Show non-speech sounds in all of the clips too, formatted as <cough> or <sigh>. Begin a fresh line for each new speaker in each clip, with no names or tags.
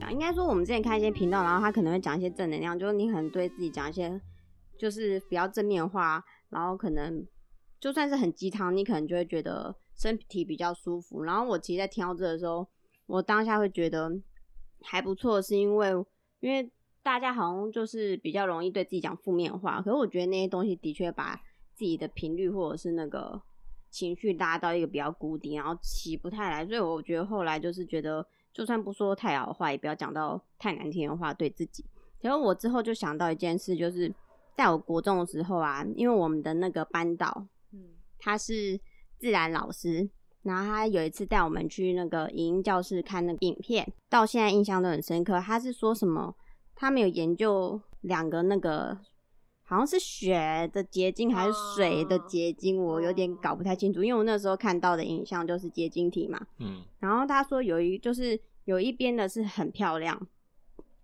啊应该说我们之前看一些频道，然后他可能会讲一些正能量，就是你可能对自己讲一些就是比较正面的话，然后可能就算是很鸡汤，你可能就会觉得身体比较舒服。然后我其实，在听到这的时候，我当下会觉得还不错，是因为因为大家好像就是比较容易对自己讲负面话，可是我觉得那些东西的确把自己的频率或者是那个情绪拉到一个比较谷底，然后起不太来。所以我觉得后来就是觉得，就算不说太好的话，也不要讲到太难听的话对自己。然后我之后就想到一件事，就是在我国中的时候啊，因为我们的那个班导
嗯，
他是自然老师，然后他有一次带我们去那个影音教室看那个影片，到现在印象都很深刻。他是说什么？他们有研究两个那个好像是血的结晶还是水的结晶，我有点搞不太清楚，因为我那时候看到的影像就是结晶体嘛。
嗯，
然后他说有一就是有一边的是很漂亮，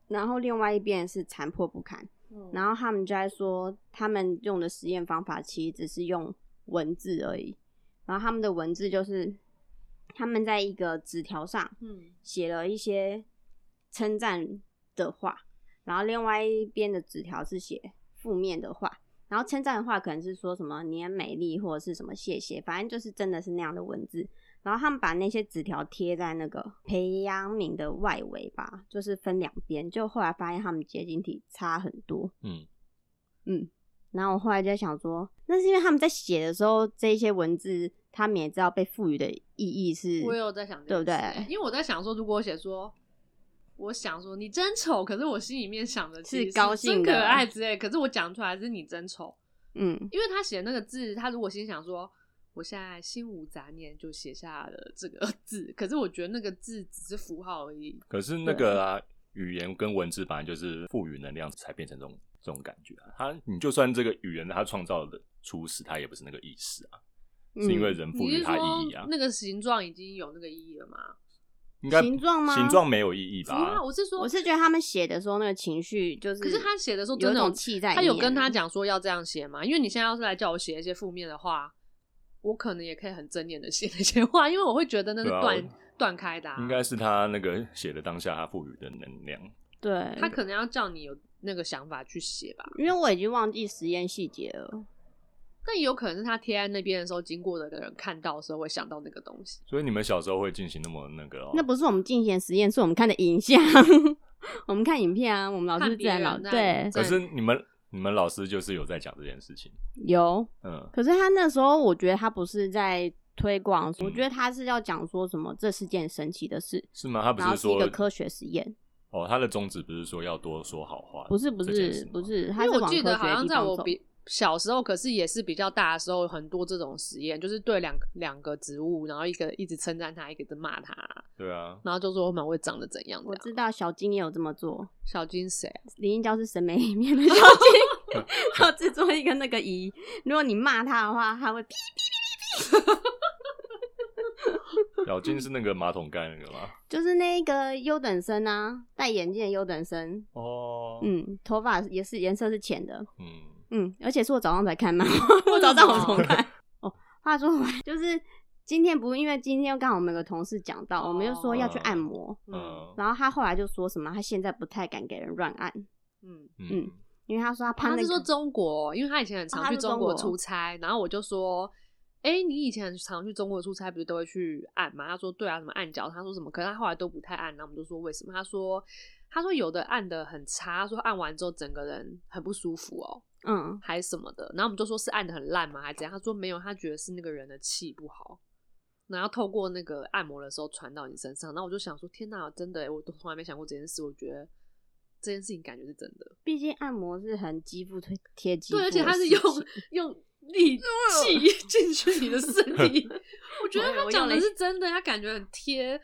然后另外一边是残破不堪。
然后
然后他们就在说，他们用的实验方法其实只是用文字而已。然后他们的文字就是他们在一个纸条上
嗯
写了一些称赞的话，然后另外一边的纸条是写负面的话。然后称赞的话可能是说什么你很美丽或者是什么谢谢，反正就是真的是那样的文字。然后他们把那些纸条贴在那个培养皿的外围吧，就是分两边。就后来发现他们结晶体差很多，
嗯，
嗯，然后我后来就在想说，那是因为他们在写的时候，这一些文字他们也知道被赋予的意义是，
我也有在想这
嗯对不
件事
对
欸因为我在想说，如果我写说。我想说你真丑，可是我心里面想的其实
是高兴
真可
的
爱之类的，可是我讲出来是你真丑，
嗯
因为他写那个字，他如果心想说我现在心无杂念就写下了这个 <laughs> 字，可是我觉得那个字只是符号而已，
可是那个啊，语言跟文字本来就是赋予能量才变成这种这种感觉啊。它你就算这个语言它创造的初始，它也不是那个意思啊，
嗯
是因为人赋
你
予
是
它
说
意义啊。
那个形状已经有那个意义了吗？
应该
形状吗
形状没有意义
不啊，
吧？
我是说，
我是觉得他们写的时候那个情绪就是，
可是他写的时候
有
真
一
的
种气在里啊
他
面，
有跟他讲说要这样写吗？因为你现在要是来叫我写一些负面的话，我可能也可以很正面的写那些话，因为我会觉得那是
对啊
断
我
断、开的、啊。
应该是他那个写的当下他赋予的能量。
对，
他可能要叫你有那个想法去写吧，
因为我已经忘记实验细节了，
哦但也有可能是他贴在那边的时候，经过的人看到的时候会想到那个东西。
所以你们小时候会进行那么那个、哦？
那不是我们进行实验，是我们看的影像，我们看影片啊，我们老师
看
是自
别人
然老
在
对
可是你们你们老师就是有在讲这件事情，
有，
嗯，
可是他那时候我觉得他不是在推广，我觉得他是要讲说什么这是件神奇的事。
是吗？他不
然后
是
是一
说
个科学实验，
哦，他的宗旨不是说要多说好话，
不是不
这件
是
事吗
不，是，
因
它
为
是
我
往
记
科
得好
学的
像
地
在
方
我
走。
比小时候，可是也是比较大的时候，很多这种实验，就是对两两个植物，然后一个一直称赞它，一个一直骂它，
对啊，
然后就说我们会长得怎样
我
这
知
样。
道小金也有这么做，
小金谁啊？
林英娇是审美里面的小
<laughs>
金，然后制作一个那个仪，如果你骂他的话，他会哔。
咬金是那个马桶盖那个吗？
就是那个优等生啊，戴眼镜的优等生，
哦，
嗯，头发也是颜色是浅的，
嗯
嗯，而且是我早上才看
<laughs>
漫画，我早上我重看。哦，话说回来，就是今天不，因为今天刚好我们有个同事讲到，我们就说要去按
哦
摩，
嗯
然后他后来就说什么，他现在不太敢给人乱按，
嗯，
嗯
因为他说他怕
他
那
哦是
个
说中国，因为他以前很
哦
常
他
去
是
中
中
国
国
出差，然后我就说。哎、你以前很常去中国出差，不是都会去按吗？他说对啊，什么按脚，他说什么，可是他后来都不太按。然后我们就说为什么？他说，他说有的按的很差，他说按完之后整个人很不舒服哦，
嗯，
还是什么的。然后我们就说是按的很烂吗？还是怎样？他说没有，他觉得是那个人的气不好，然后透过那个按摩的时候传到你身上。然后我就想说，天哪，真的耶，我都从来没想过这件事。我觉得这件事情感觉是真的。
毕竟按摩是很肌肤贴贴肌肤
对，
的
而
事
且
情，
他是用
<laughs>
用力
嗯
气进去你的
<laughs>
身体。我觉得
我
他
我
讲
用了
的
一
是真的，他感觉很贴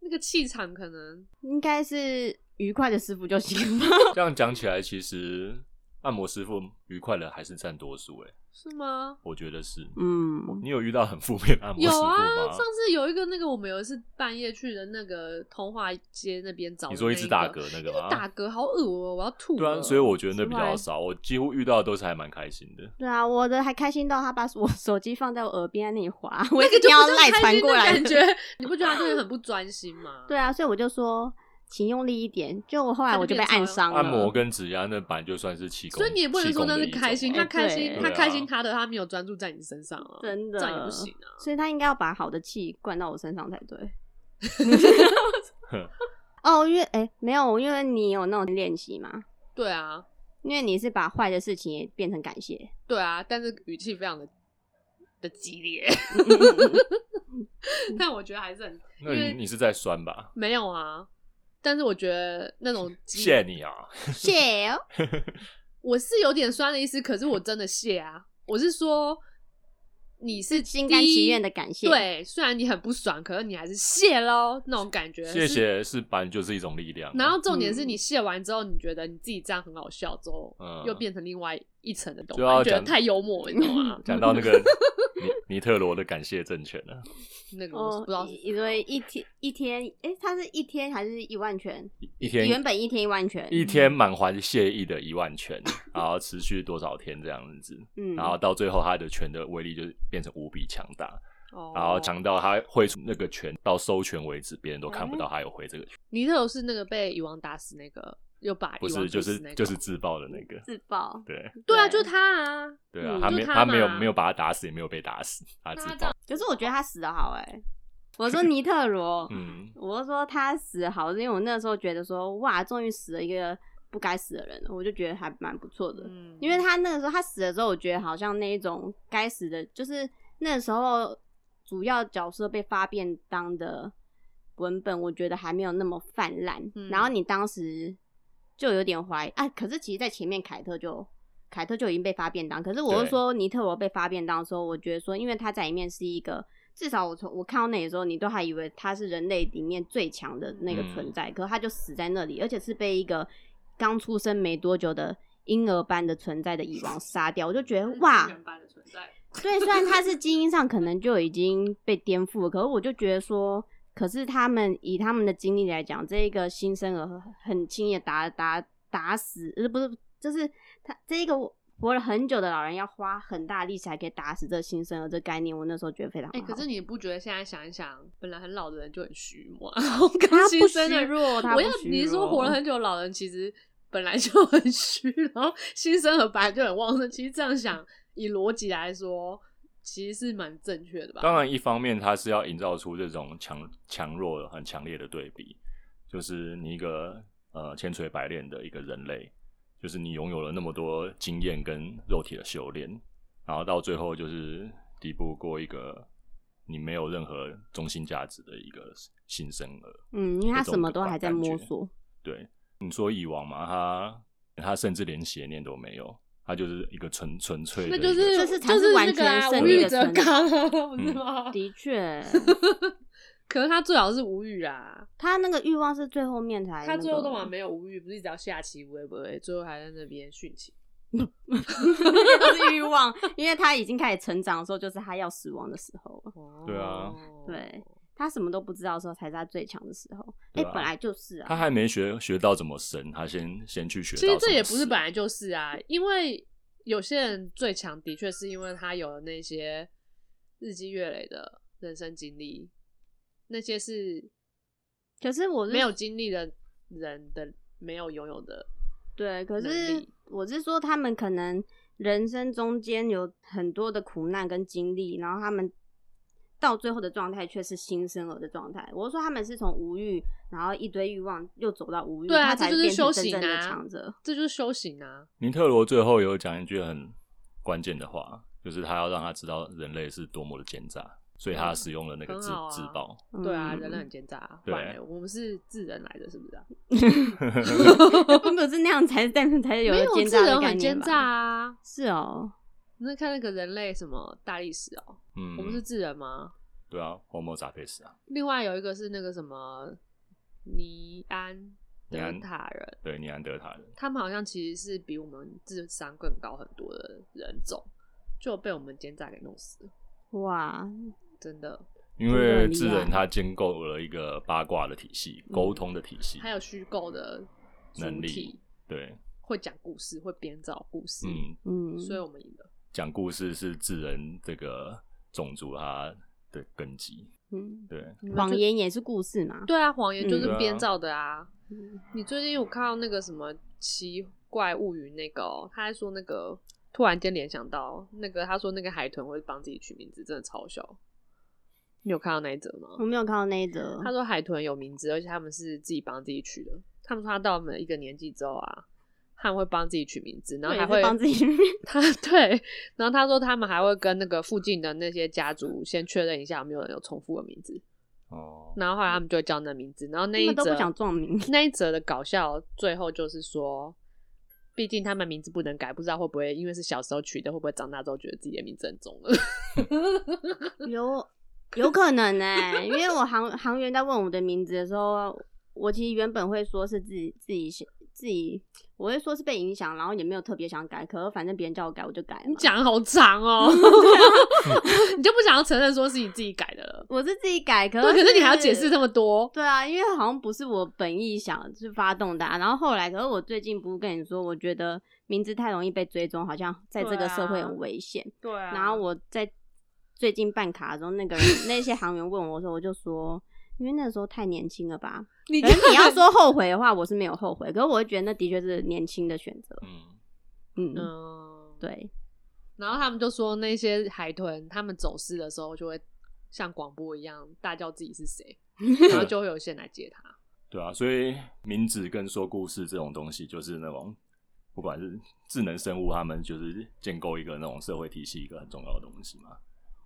那个气场，可能
应该是愉快的师傅就行
<laughs>
吧。
这样讲起来，其实按摩师傅愉快的还是占多数诶、
是吗？
我觉得是。
嗯，
你有遇到很负面的按摩
有
师傅
啊，
吗
上？次有一个那个，我们有一次半夜去的那个通化街那边找的那个，
你说一直打嗝那个吗？
打嗝好恶哦、我要吐了。
对啊，所以我觉得那
奇
比
怪
较少，我几乎遇到的都是还蛮开心的。
对啊，我的还开心到他把我手机放在我耳边那里滑，我
那
一
个
定
就
要
不是
赖
开
传
心
<laughs> 过
的
来的
感觉，你不觉得他真的很不专心吗？
对啊，所以我就说，请用力一点。就我后来
它就
我就被
变超
暗伤了，
按摩跟指压那本来就算是气功，
所以你也不能说那是开心，
气
他
功的一
开
种
心，
对
他
对啊
开心他的，他没有专注在你身上啊，
真的
这样也不行啊。
所以他应该要把好的气灌到我身上才
<laughs>
对。哦，因为哎、没有，因为你有那种练习嘛，
对啊，
因为你是把坏的事情也变成感谢。 <laughs>
对啊，但是语气非常的的激烈，
嗯
<laughs> 但我觉得还是很
那你你是在酸吧？
没有啊。但是我觉得那种激
谢你啊！
谢哦，
我是有点酸的意思，可是我真的谢啊。我是说，你是
心甘情愿的
第
感
一
谢。，
对，虽然你很不爽，可是你还是谢喽，那种感觉。
谢。谢是本来就是一种力量啊。
然后重点是
嗯
你谢完之后，你觉得你自己这样很好笑，之后、
嗯
又变成另外一层的东西，
就要
你觉得
讲
太幽默，你懂吗？
<laughs> 讲到那
<laughs>
个尼尼特罗的感谢政权了，
那个我
哦
不知道，是
因为一天一天，哎、他是一天还是一万拳？
一
原
天
本一天一万拳，
一天满怀谢意的一万拳，然后持续多少天这样子，
嗯，
然后到最后他的拳的威力就是变成无比强大，
哦
然后强到他挥出那个拳到收拳为止，别人都看不到他有挥这个拳，
尼特罗是那个被蚁王打死那个，又把
不
蚁王
是就
推死
是
那个
就是自爆的那个，
自爆。
对
对啊，就是。他啊，
对啊
嗯，
他
就
没
他
他没有
嘛啊
没有把他打死，也没有被打死，他自爆，
可是我觉得他死的好哎、我
<laughs>
说尼特罗，
嗯，
我是说他死好，是因为我那时候觉得说，哇，终于死了一个不该死的人了，我就觉得还蛮不错的。
嗯
因为他那个时候他死的时候，我觉得好像那一种该死的，就是那时候主要角色被发便当的文本，我觉得还没有那么泛滥。
嗯
然后你当时就有点怀疑啊，可是其实，在前面凯特就。凯特就已经被发便当，可是我是
对
说尼特罗被发便当的时候，我觉得说，因为他在里面是一个，至少我从我看到那里的时候，你都还以为他是人类里面最强的那个存在，可是他就死在那里，而且是被一个刚出生没多久的婴儿般的存在的蚁王杀掉，我就觉得哇，对，虽然他是基因上可能就已经被颠覆了，可是我就觉得说，可是他们以他们的经历来讲，这一个新生儿很很轻易的打打打死，呃，不是，就是他这一个活了很久的老人要花很大力气才可以打死这个新生儿，这概念我那时候觉得非常好。
哎、可是你不觉得现在想一想，本来很老的人就很虚弱，然 <laughs> 后刚
不
新生的
虚弱他
我
不
要
虚
你是说活了
弱
很久的老人其实本来就很虚，然后新生儿本来就很旺盛。其实这样想，以逻辑来说，其实是蛮正确的吧？
当然，一方面他是要营造出这种强强弱很强烈的对比，就是你一个呃千锤百炼的一个人类，就是你拥有了那么多经验跟肉体的修炼，然后到最后就是抵不过一个你没有任何中心价值的一个新生儿。
嗯，因为他什么都还在摸
有这种
索，
对，你说蚁王嘛，他他甚至连邪念都没有，他就是一个纯纯粹
那
的一
就
个，
是
这是才
就是是
完
那个
全
啊，
胜
无
利
欲
的
则
存在
刚啊，不是
嗯
吗？
的
<laughs>
确，
可是他最好是无欲啊，
他那个欲望是最后面才、那
他最后
个 <laughs>
都嘛没有无欲，不是一直要下棋无为不为，最后还在那边殉情。
都是欲望，因为他已经开始成长的时候，就是他要死亡的时候了。
对啊
哦
对他什么都不知道的时候，才是他最强的时候。哎、
对啊
本来就是啊。
他还没学学到怎么生，他先先去学到
其
怎么
实
死。
这也不是本来就是啊，因为有些人最强的确是因为他有那些日积月累的人生经历，那些是
可是我是
没有经历的人的没有拥有的。
对，可
能
是
力
我是说，他们可能人生中间有很多的苦难跟经历，然后他们到最后的状态却是新生儿的状态。我是说他们是从无欲，然后一堆欲望又走到无欲，
对
他
啊，这
才
就是
变
修
成真
行
正的
啊
强者。，
这就是修行啊。
尼特罗最后有讲一句很关键的话，就是他要让他知道人类是多么的奸诈，所以他使用了那个自、
很好啊
自爆。
对啊，人类很
类
奸诈、啊，
对
不然嘞我们是智人来的，是不是、啊？
<laughs> 根本是那样才才才有
没
了
有
奸
智
诈的
人
概
很奸
念吧
诈啊。
是哦，
你在看那个人类什么大历史哦、
嗯，
我们是智人吗？
对啊，Homo sapiens 啊，
另外有一个是那个什么尼安德
尼安
塔人，
对，尼安德塔人。
他们好像其实是比我们智商更高很多的人种，就被我们奸诈给弄死了，
哇，
真的。
因为
真的很厉
智
害
人他建构了一个八卦的体系、
嗯
沟通的体系，
还有虚构的主
能力
体，
对，
会讲故事，会编造故事，
嗯，
嗯，
所以我们赢了。
讲故事是智人这个种族他的根基，
嗯，
对，
谎言也是故事嘛，嗯
对啊，谎言就是
嗯
编造的啊。你最近有看到那个什么《奇怪物语》那个、哦，他还说那个突然间联想到那个，他说那个海豚会帮自己取名字，真的超笑。你有看到那一则吗？
我没有看到那一则。
他说海豚有名字，而且他们是自己帮自己取的。他们说他到了一个年纪之后啊，他们会帮自己取名字，然后
对
还
会
会
帮自己取名
他 <laughs> 对，然后他说他们还会跟那个附近的那些家族先确认一下有没有人有重复的名字，
哦，
然后后来他们就会叫那名字。然后那
他
一
们都
则
不想撞名，
<laughs> 那一则的搞笑，最后就是说，毕竟他们名字不能改，不知道会不会因为是小时候取的，会不会长大之后觉得自己的名字很重了？
有有可能呢、因为我航航员在问我的名字的时候，我其实原本会说是自己自己写自己，我会说是被影响，然后也没有特别想改，可是反正别人叫我改我就改了
你
嘛。
<laughs> 讲好长
<laughs>
哦，你就不想要承认说是你自己改的了？
我是自己改，可
对，
是
可是你还要解释这么多，
对啊，因为好像不是我本意想去发动的、啊，然后后来，可是我最近不是跟你说，我觉得名字太容易被追踪，好像在这
对
个
啊
社会很危险。
对啊
然后我在最近办卡的时候，那个人那些行员问我的时候，我就说，因为那时候太年轻了吧。
你 <laughs>
可是你要说后悔的话，我是没有后悔，可是我会觉得那的确是年轻的选择。
<laughs>
嗯，
嗯，
嗯，
对，
然后他们就说那些海豚，他们走失的时候就会像广播一样大叫自己是谁，然后就会有些人来接他。
对啊，所以名字跟说故事这种东西，就是那种不管是智能生物，他们就是建构一个那种社会体系，一个很重要的东西嘛，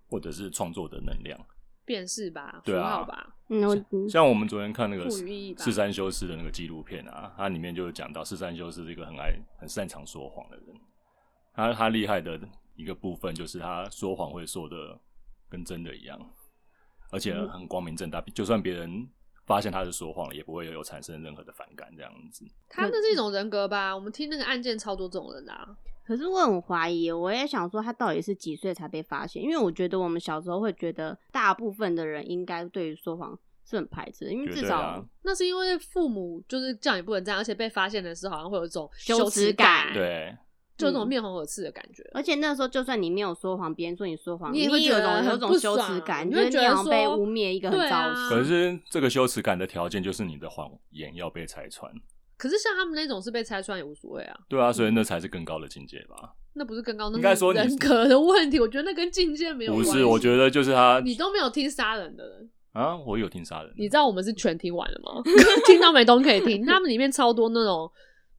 或者是创作的能量。
辨识吧，符
对啊
号吧，
嗯，我嗯
像我们昨天看那个
赋予意义吧
四三修士的那个纪录片啊，它里面就有讲到四三修士是一个很爱、很擅长说谎的人。他他厉害的一个部分就是他说谎会说的跟真的一样，而且
嗯
很光明正大，就算别人发现他是说谎了，也不会有产生任何的反感这样子。
他那是一种人格吧。我们听那个案件超多这种人的啊，
可是我很怀疑，我也想说他到底是几岁才被发现？因为我觉得我们小时候会觉得，大部分的人应该对于说谎是很排斥的，因为
绝
至
对
少、
啊，
那是因为父母就是叫你不能这样，而且被发现的时候好像会有一种
羞
羞
耻
耻
感嗯
对，
就有一种面红耳赤的感觉。
而且那时候就算你没有说谎，别人说你说谎，
你
你
也会
有
觉得
种有
很
种
不
羞耻
爽啊
感，
你
觉
会
得
觉
你
得
好像被
说
污蔑一个很
对
糟
啊
心。
可是这个羞耻感的条件就是你的谎言要被拆穿，
可是像他们那种是被拆穿也无所谓啊，
对啊，所以那才是更高的境界吧？
那不是更高，
应
那
该
是
说你
人格的问题。我觉得那跟境界没有
不
关系。
是，我觉得就是他
你都没有听杀人的人，
啊，我有听杀人，
你知道我们是全听完了吗？ <laughs> 听到没东西可以听，他们里面超多那种，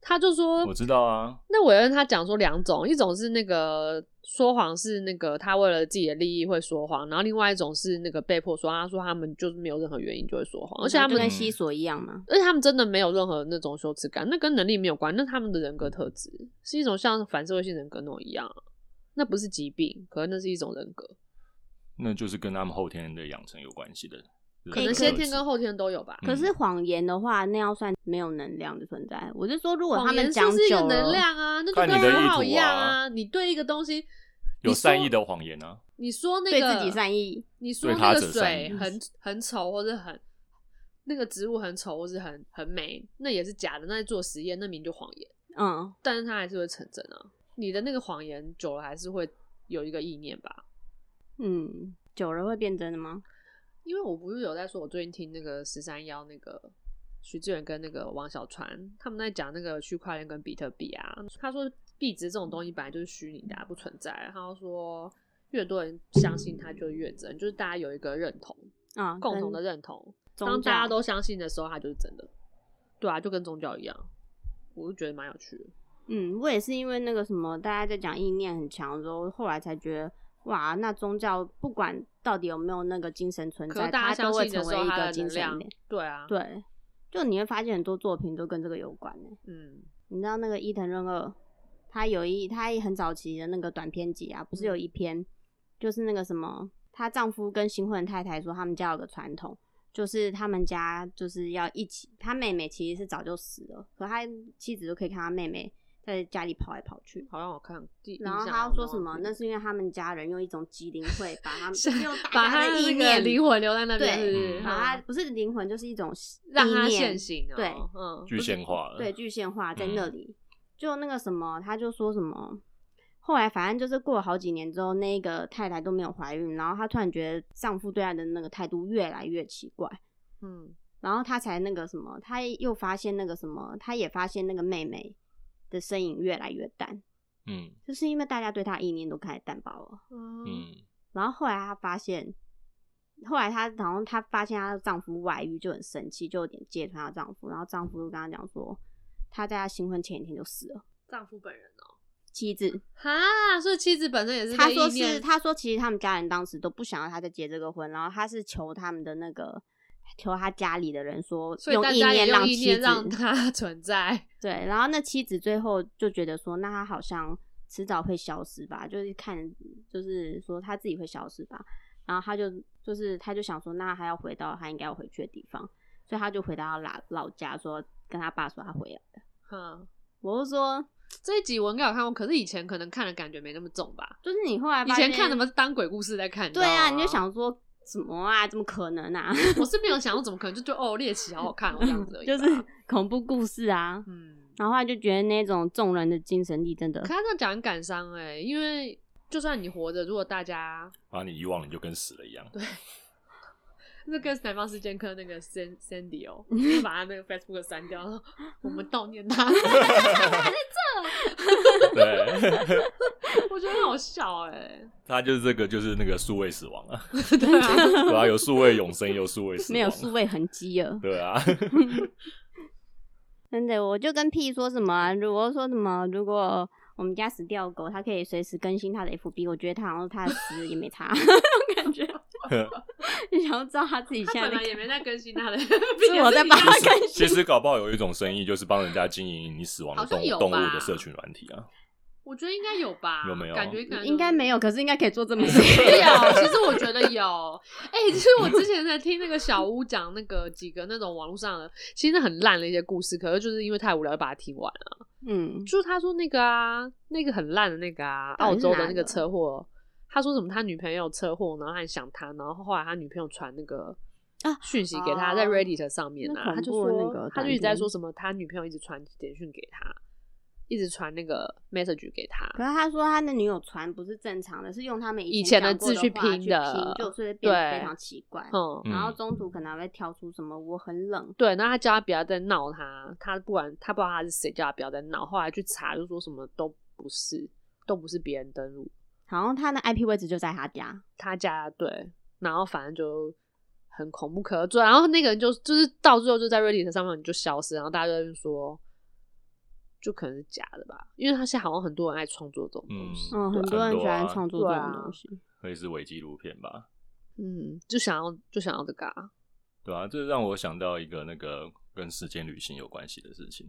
他就说
我知道啊，
那我也跟他讲说两种，一种是那个说谎是那个他为了自己的利益会说谎，然后另外一种是那个被迫说谎，他说他们就是没有任何原因就会说谎，而且他
就
们
跟
嗯
西索一样嘛，
而且他们真的没有任何那种羞耻感，那跟能力没有关，那他们的人格特质是一种像反社会性人格那种一样啊，那不是疾病，可能那是一种人格，
那就是跟他们后天的养成有关系的，
哎
可能先天跟后天都有吧。
可
嗯
是谎言的话，那要算没有能量的存在。我是说，如果他
谎
们
言
讲
就是一个
久了
能，量啊，那就
看
跟
你的
符
意
号
图
一样
啊
你对一个东西
有
你
善
说
意的谎言啊，
你说那
对
个
自己善意，
你说
对
那
他
个
者善
水
意
很很丑，或者很那个植物很丑，或是很很美，那也是假的，那是做实验，那明明就谎言，
嗯，
但是它还是会成真啊。你的那个谎言久了还是会有一个意念吧？
嗯，久了会变真的吗？
因为我不是有在说，我最近听那个十三幺那个徐志远跟那个王小川他们在讲那个区块链跟比特币啊，他说币值这种东西本来就是虚拟的啊、不存在。然后说越多人相信它，就越真，就是大家有一个认同，
啊，
共同的
跟
认同。
宗
当大家
教
都相信的时候，它就是真的。对啊，就跟宗教一样，我就觉得蛮有趣的。
嗯，我也是因为那个什么，大家在讲意念很强的时候，后来才觉得，哇，那宗教不管到底有没有那个精神存
可
在，
是大
它
家相
都会
信的
成
时候，
为一
它
个
的能
精神
量
点。，
对啊，，
对，就你会发现很多作品都跟这个有关呢。
嗯，
你知道那个伊藤润二，他有一他很早期的那个短篇集啊，不是有
嗯
一篇，就是那个什么，她丈夫跟新婚的太太说，他们家有个传统，就是他们家就是要一起，他妹妹其实是早就死了，可他妻子就可以看他妹妹在家里跑来跑去。
好像我看第，
然后
印象嗯
他
好像
说什
忘
么？
记
那
了
是因为他们家人用一种机灵会把
<laughs>
他
是
们用大
把
家
他
的
的
意
那
念
个灵魂留在那边，
对
是不是嗯
把他不是灵魂，就是一种
让
意
他
念
现形、哦，
对
嗯，
具现化了，
对，具现化在那里。就那个什么，他就说什么，后来反正就是过了好几年之后，那个太太都没有怀孕，然后她突然觉得丈夫对她的那个态度越来越奇怪，
嗯，
然后他才那个什么，他又发现那个什么，他也发现那个妹妹的身影越来越淡，
嗯
就是因为大家对他意念都开始淡薄了。
嗯，
嗯
然后后来她发现，后来她然后她发现她的丈夫外遇，就很生气，就有点揭穿她丈夫。然后丈夫就跟她讲说，她在她新婚前一天就死了。
丈夫本人哦，
妻子，
哈，所以妻子本身也是
她
被
说
意念
是，她说其实他们家人当时都不想要她再结这个婚，然后她是求他们的那个，求她家里的人说
所以大
意
家也
念让
用意
妻
念让
子
它 <laughs> 存在。
对，然后那妻子最后就觉得说，那她好像迟早会消失吧，就是看，就是说她自己会消失吧。然后她就就是她就想说，那她要回到她应该要回去的地方，所以她就回到她老老家说，跟她爸说她回来。
哼，
我是说，
嗯这一集我应该有看过，可是以前可能看的感觉没那么重吧。
就是你后来
以
发
前
现
看什么当鬼故事在看，
对啊，
知道吗
你就，想说什么啊？怎么可能啊？
我是没有想过怎么可能就对哦猎奇好好看哦这样子而已
就
吧，
是恐怖故事啊。
嗯，
然后她就觉得那种众人的精神力真的
可他这样讲很感伤哎、因为就算你活着，如果大家
把你遗忘了，你就跟死了一样。
那跟南方四剑客那个 San Sandy
<laughs>
哦，就是把他那个 Facebook 删掉，然后我们悼念
<laughs>
他，
对， <laughs>
我觉得很好笑哎、
<laughs>
他就是这个，就是那个数位死亡啊， <laughs>
对啊，
对啊，有数位永生，也有数位死亡，
没有数位痕迹了。
对
<laughs>
啊，
真的，我就跟屁说什么、啊，如果说什么，如果我们家死掉的狗，它可以随时更新它的 FB，我觉得它好像它死也没
<laughs>
差，感觉就想要知道它自己
他
现在在
本来
干
也
嘛。
没在更新他的，
是
<laughs>
我在帮它更
其
新，
实搞不好有一种生意，就是帮人家经营你死亡的
好像
动
有
动物
吧
的社群软体啊。
我觉得应该有吧，
有没有
感觉可能
嗯应该没有，可是应该可以做
<laughs>
这么
没
些。
有，其实我觉得有。哎、其实我之前在听那个小屋讲那个几个那种网络上的，其实那很烂的一些故事，可是就是因为太无聊，就把它听完了。
嗯，
就是他说那个啊，那个很烂的那个啊，
到
澳
底是
洲的
哪
那
个
个车祸，他说什么他女朋友车祸，然后他很想他，然后后来他女朋友传那个。
啊
讯息给他
哦
在 Reddit 上面
那
啊，他
恐
就
怖
说
的那个
他
短
就一直在
片
说什么，他女朋友一直传简讯给他，一直传那个 message 给他，
可是他说他的女友传不是正常的，是用他们
以
前
前
的
的字去
去拼
拼的
就是变得
对
非常奇怪。
嗯，
然后中途可能还会跳出什么我很冷，
对，那他叫他不要再闹他，他不管他不知道他是谁，叫他不要再闹。后来去查，就说什么都不是，都不是别人登录
然后他的 IP 位置就在他家，
他家对，然后反正就很恐怖可追。然后那个人就就是到最后就在 Reddit 上面就消失，然后大家就在那边说，就可能是假的吧，因为他现在好像很多人爱创作这种东西，
嗯，很
很
多人喜
多
欢
啊
创作这
对
种
啊
东西。
会是伪纪录片吧？
嗯就想要就想要这个、啊，，
对啊，这让我想到一个那个跟时间旅行有关系的事情，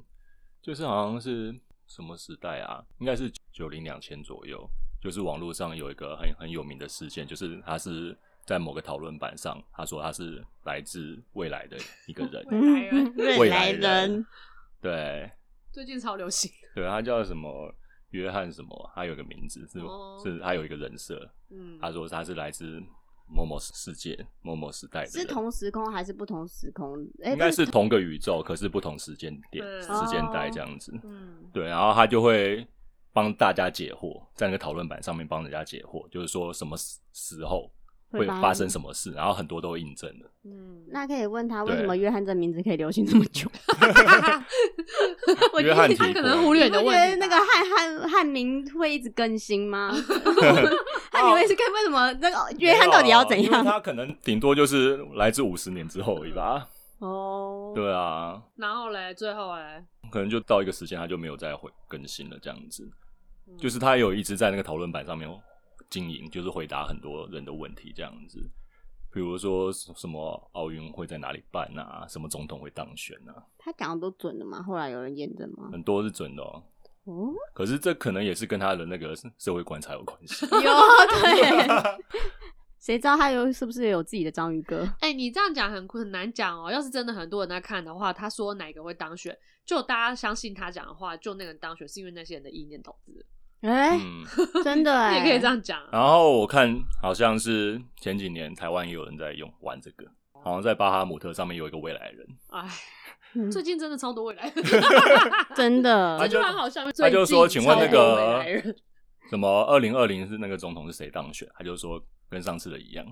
就是好像是什么时代啊？应该是九零两千左右，就是网络上有一个很很有名的事件，就是他是在某个讨论板上，他说他是来自未来的一个人
<laughs> 未来
<laughs>
人
未来人，
对
最近超流
<laughs>
行，
对，他叫什么约翰什么，他有一个名字是、
哦
是他有一个人设，
嗯，
他说他是来自某某世界某某时代
<laughs>
的
是
人。
同时空还是不同时空？哎、哦
应该是同个宇宙，可是不同时间点、
嗯
时间带这样子。
嗯
对，然后他就会帮大家解惑，在那个讨论板上面帮人家解惑，就是说什么时时候
会
会
发
发生什么事，然后很多都印证了。
嗯，
那可以问他为
对
什么约翰这名字可以流行这么久？
<laughs>
我觉
约翰
得
提
他可能
过
忽略
你
你
不觉
的问题
得那
吧。
个汉汉汉名会一直更新
<laughs>
吗？汉名会是跟为什么那个约翰到底要怎
没有啊因为
样？
他可能顶多就是来自五十年之后而已吧。
哦，
对啊，
然后嘞，最后嘞，
可能就到一个时间，他就没有再回更新了这样子。
嗯
就是他有一直在那个讨论板上面经营，就是回答很多人的问题这样子。比如说什么奥运会在哪里办啊，什么总统会当选啊，
他讲的都准的嘛？后来有人验证
<laughs>
吗？
很多是准的哦。
哦，
可是这可能也是跟他的那个社会观察有关
<laughs>
系。
<laughs> 有对，谁知道他有是不是有自己的章鱼
<laughs>
哥？
哎、你这样讲很很难讲哦。要是真的很多人在看的话，他说哪个会当选，就大家相信他讲的话，就那个人当选，是因为那些人的意念导致的。
哎、
嗯，
真的
<laughs> 你
哎、
也可以这样讲啊。
然后我看好像是前几年台湾也有人在用玩这个，好像在巴哈姆特上面有一个未来人，
哎，
嗯
最近真的超多未来，
哎真的
他
这
就
句话好笑。
他就说：“
最
请
近
问那
超多未来
个 <laughs>
人
什么二零二零是那个总统是谁当选？”他就说跟上次的一样，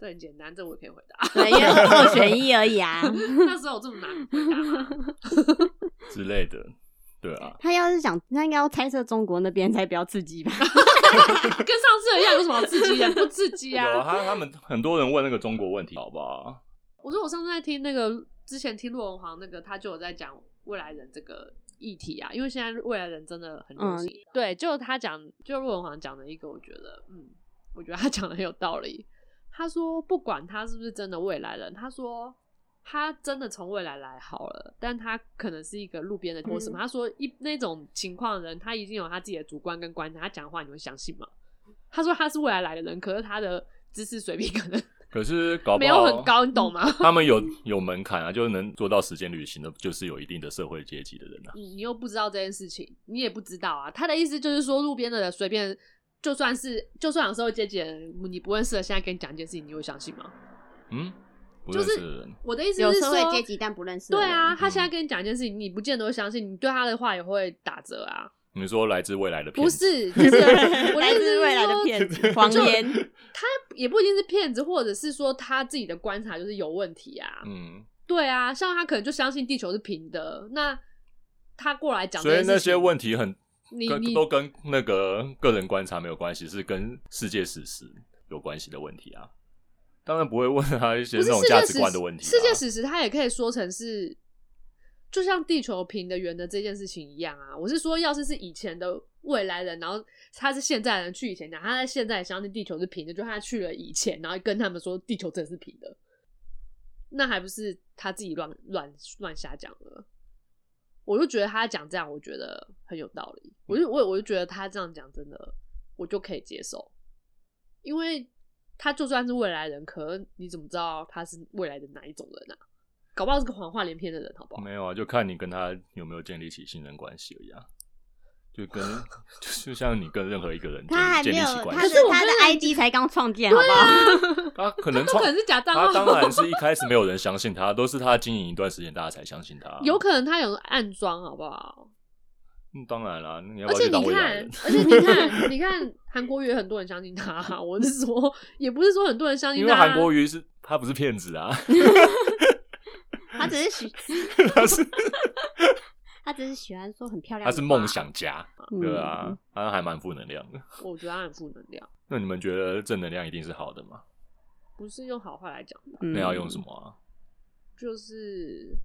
这很简单，这我也可以回答。 <laughs>
对，因为二选一而已啊。
那时候有这么难回答啊吗？
之类的，对啊，
<laughs> 他要是想，他应该要猜测中国那边才比较刺激吧？
跟上次一样，有什么好刺激的？不刺激
<laughs> 有
啊！
啊，他他们很多人问那个中国问题，好吧？
我说我上次在听那个之前听陆文煌那个，他就有在讲未来人这个议题啊，因为现在未来人真的很流行。啊对，就他讲，就陆文煌讲的一个，我觉得，嗯，我觉得他 <laughs> 讲的很有道理。他说，不管他是不是真的未来人，他说他真的从未来来好了，但他可能是一个路边的或什么。
嗯
他说一那种情况的人，他一定有他自己的主观跟观点，他讲的话你会相信吗？他说他是未来来的人，可是他的知识水平可能
可是搞不好
没有很高，你懂吗？
他们有有门槛啊，就是能做到时间旅行的，就是有一定的社会阶级的人啊。
你你又不知道这件事情，你也不知道啊。他的意思就是说，路边的人随便，就算是就算有社会阶级的人，你不认识的，现在跟你讲一件事情，你会相信吗？
嗯，不
就
认
是
识的人，
我的意
<laughs>
思
有
是
社会
说
阶级但不认识的
对
人 <laughs>
啊，他
嗯
现在跟你讲一件事情，你不见得会相信，你对他的话也会打折啊。
你说来自未来的骗
不
子，
是，就是
<laughs>
<laughs>
我的
来
意思
自
是
未来的
说
骗 <laughs> 子谎言。
他也不一定是骗子，或者是说他自己的观察就是有问题啊。
嗯，
对啊，像他可能就相信地球是平的，那他过来讲这
所
件
以
事情，
那些问题很
你
跟
你
都跟那个个人观察没有关系，是跟世界史实有关系的问题啊。当然不会问他一些
不
那
是
种
世
价
界
值
史
观的问题、啊。
世界史实它也可以说成是，就像地球平的圆的这件事情一样啊。我是说，要是是以前的未来人，然后他是现在人去以前讲，他在现在相信地球是平的，就他去了以前，然后跟他们说地球真的是平的，那还不是他自己乱乱乱瞎讲了。我就觉得他讲这样，我觉得很有道理。我
嗯
就我我就觉得他这样讲真的，我就可以接受。因为他就算是未来人，可你怎么知道他是未来的哪一种人啊？搞不好是个谎话连篇的人，好不好？
没有啊，就看你跟他有没有建立起信任关系而已啊。就跟就就像你跟任何一个人建
他还
建
没
立
有
起，关
他
系，
的他的 ID 才刚创建，好不好？
他可能
他
创
可能是假账
他
号，
啊
当然是一开始没有人相信他，都是他经营一段时间，大家才相信他。啊
有可能他有暗装，好不好？
嗯当然啦，你要
而
不要
且
去当
你
未来
看
人？， <laughs>
而且你看，你看韩国瑜也很多人相信他，啊我是说，也不是说很多人相信
因
他
为
啊，
韩国瑜是他不是骗子啊，
<laughs>
<laughs>
他只是喜 <laughs>
他是
他只是喜欢说很漂亮，
他是梦，想家，
嗯
对啊，，他还蛮负能量的。
我觉得他很负能量，
那你们觉得正能量一定是好的吗？
不是用好话来讲，
嗯
那要用什？么啊？
就是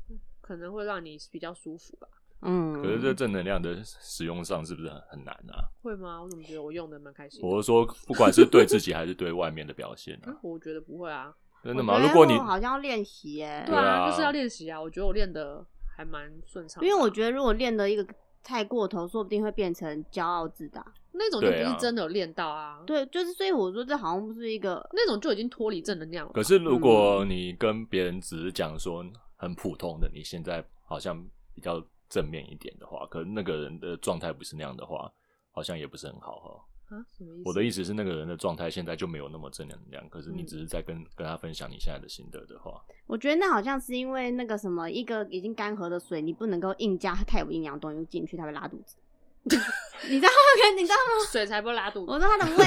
可能会让你比较舒服吧。
嗯，
可是这正能量的使用上是不是很很难啊？
会吗？我怎么觉得我用的蛮开心的？
我是说，不管是对自己还是对外面的表现啊
嗯，我觉得不会啊。
真的吗？
我觉得
如果你
我好像要练习耶
对，
对
啊，
啊
就是要练习啊。我觉得我练的还蛮顺畅的，啊
因为我觉得如果练的一个太过头，说不定会变成骄傲自大。
那种就不
对啊
是真的有练到啊，，
对，就是所以我说这好像不是一个，
那种就已经脱离正能量了。
可是如果
嗯
你跟别人只是讲说很普通的，你现在好像比较正面一点的话，可是那个人的状态不是那样的话，好像也不是很好哈。
啊，什么意思？
我的意思是，那个人的状态现在就没有那么正能量，可是你
嗯
只是在跟、跟他分享你现在的心得的话，
我觉得那好像是因为那个什么，一个已经干涸的水，你不能够硬加太有营养的东西进去，它会拉肚子。 <laughs> 你知道吗？ <laughs> 你知道吗？
水才不会拉肚子
我。说他的胃，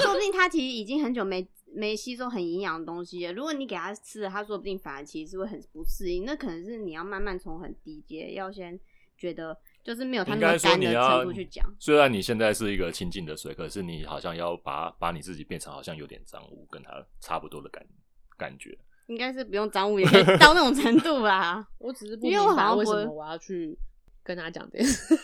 说不定他其实已经很久没没吸收很营养的东西了。如果你给他吃了，他说不定反而其实是会很不适应。那可能是你要慢慢从很低阶，要先觉得就是没有他
应
那
该
么
说
干
你
的
要
程度去讲。
虽然你现在是一个清净的水，可是你好像要把把你自己变成好像有点脏污，跟他差不多的感感觉。
应该是不用脏物
<laughs>
也可以到那种程度吧。
我只是不
因
明
为我好
白
像
为什
不会
么我要去跟他讲这件事。
<laughs>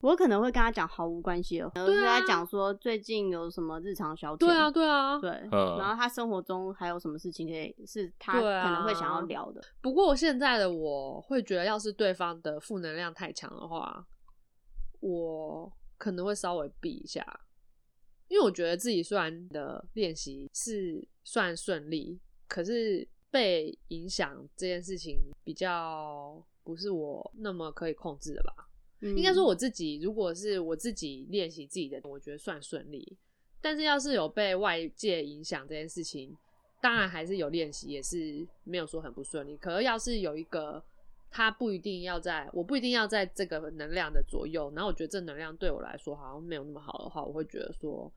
我可能会跟他讲毫无关系了，
啊
我是在讲说最近有什么日常小
对啊，对啊。
<laughs> 对，
嗯
然后他生活中还有什么事情可以是他
对啊
可能会想要聊的，
不过现在的我会觉得，要是对方的负能量太强的话，我可能会稍微避一下，因为我觉得自己虽然的练习是算顺利，可是被影响这件事情比较不是我那么可以控制的吧。
嗯
应该说我自己，如果是我自己练习自己的，我觉得算顺利。但是要是有被外界影响这件事情，当然还是有练习，也是没有说很不顺利。可是要是有一个，他不一定要在，我不一定要在这个能量的左右，然后我觉得这能量对我来说好像没有那么好的话，我会觉得说，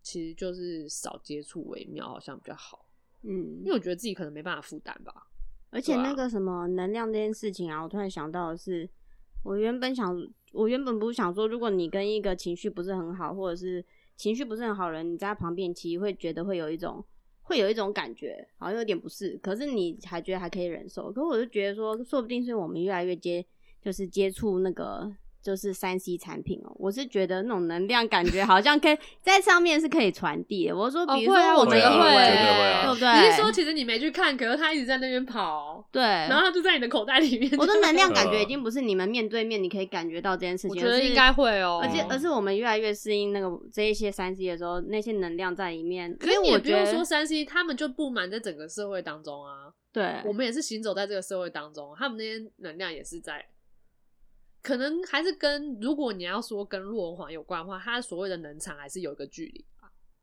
其实就是少接触为妙，好像比较好。
嗯
因为，我觉得自己可能没办法负担吧。
而且
对啊
那个什么能量这件事情啊，我突然想到的是，我原本想，我原本不是想说，如果你跟一个情绪不是很好，或者是情绪不是很好的人，你在他旁边，其实会觉得会有一种。会有一种感觉，好像有点不适，可是你还觉得还可以忍受。可我就觉得说，说不定是我们越来越接，就是接触那个就是三 C 产品哦、我是觉得那种能量感觉好像可以在上面是可以传递的。我说，
哦
比如
会
说
啊
我
我
们
觉
的
得
行
会
为，
绝对会啊
对不对？
你是说其实你没去看，可是他一直在那边跑，
对，
然后他就在你的口袋里 <laughs> 面。
我的能量感觉
对
已经不是你们面对面你可以感觉到这件事情，
我觉
而
得
是
应该，会哦、
而且
嗯
而是我们越来越适应那个这一些三 C 的时候，那些能量在里面。
可是
因
你
为
也
我
不
觉
用
得
说三 C，他们就布满在整个社会当中啊。
对，
我们也是行走在这个社会当中，他们那些能量也是在，可能还是跟如果你要说跟陆文华有关的话，他所谓的能场还是有一个距离，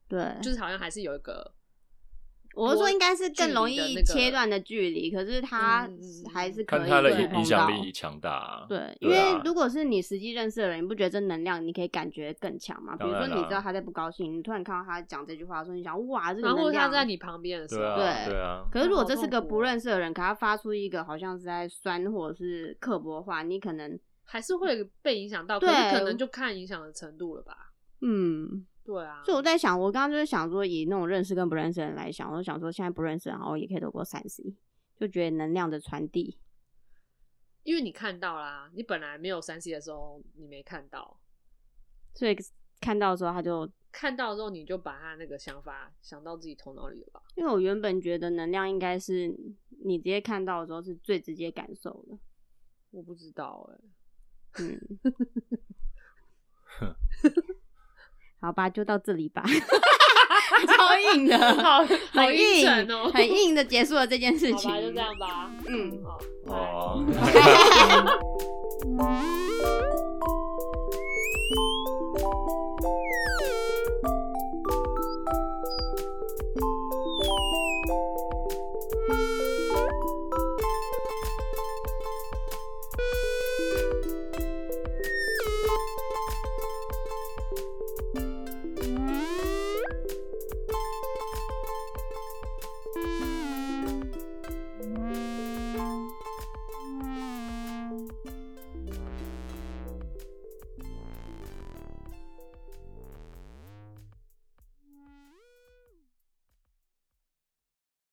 对，
就是好像还是有一个，
我是说应该是
距
更
离
容
的
易
那个
切断的距离，可是它
嗯嗯嗯
还是可
看
以
他的
触
影
碰
影响
到
力强大、啊。
对，因
对啊
为如果是你实际认识的人，你不觉得这能量你可以感觉更强吗？比如
当
说
然
你
啦
知道他在不高兴，你突然看到他讲这句话的时候，你想哇，这个
然后
能
他
量
在。你旁边的时
对
候，
啊，
对
对啊，
可是如果
好
这是
痛
个
苦
不
哦
认识的人，可他发出一个好像是在酸或者是刻薄的话，你可能
还是会被影响到，可
对
是可能就看影响的程度了吧。
嗯，
对啊，
所以我在想，我刚刚就是想说，以那种认识跟不认识的人来想，我就想说，现在不认识，然后也可以透过三 C，就觉得能量的传递。
因为你看到啦，你本来没有三 C 的时候，你没看到，
所以看到的时候，他就
看到之后你就把他那个想法想到自己头脑里了吧。
因为我原本觉得能量应该是你直接看到的时候是最直接感受的。
我不知道
<laughs>
哎、
嗯， <laughs> 好吧，就到这里吧。 <laughs> 超硬的，
好好
很
阴
硬
沉哦
很硬的结束了这件事
好
情。
嗯吧，就这样吧。
啊
嗯。
好，拜。
哦。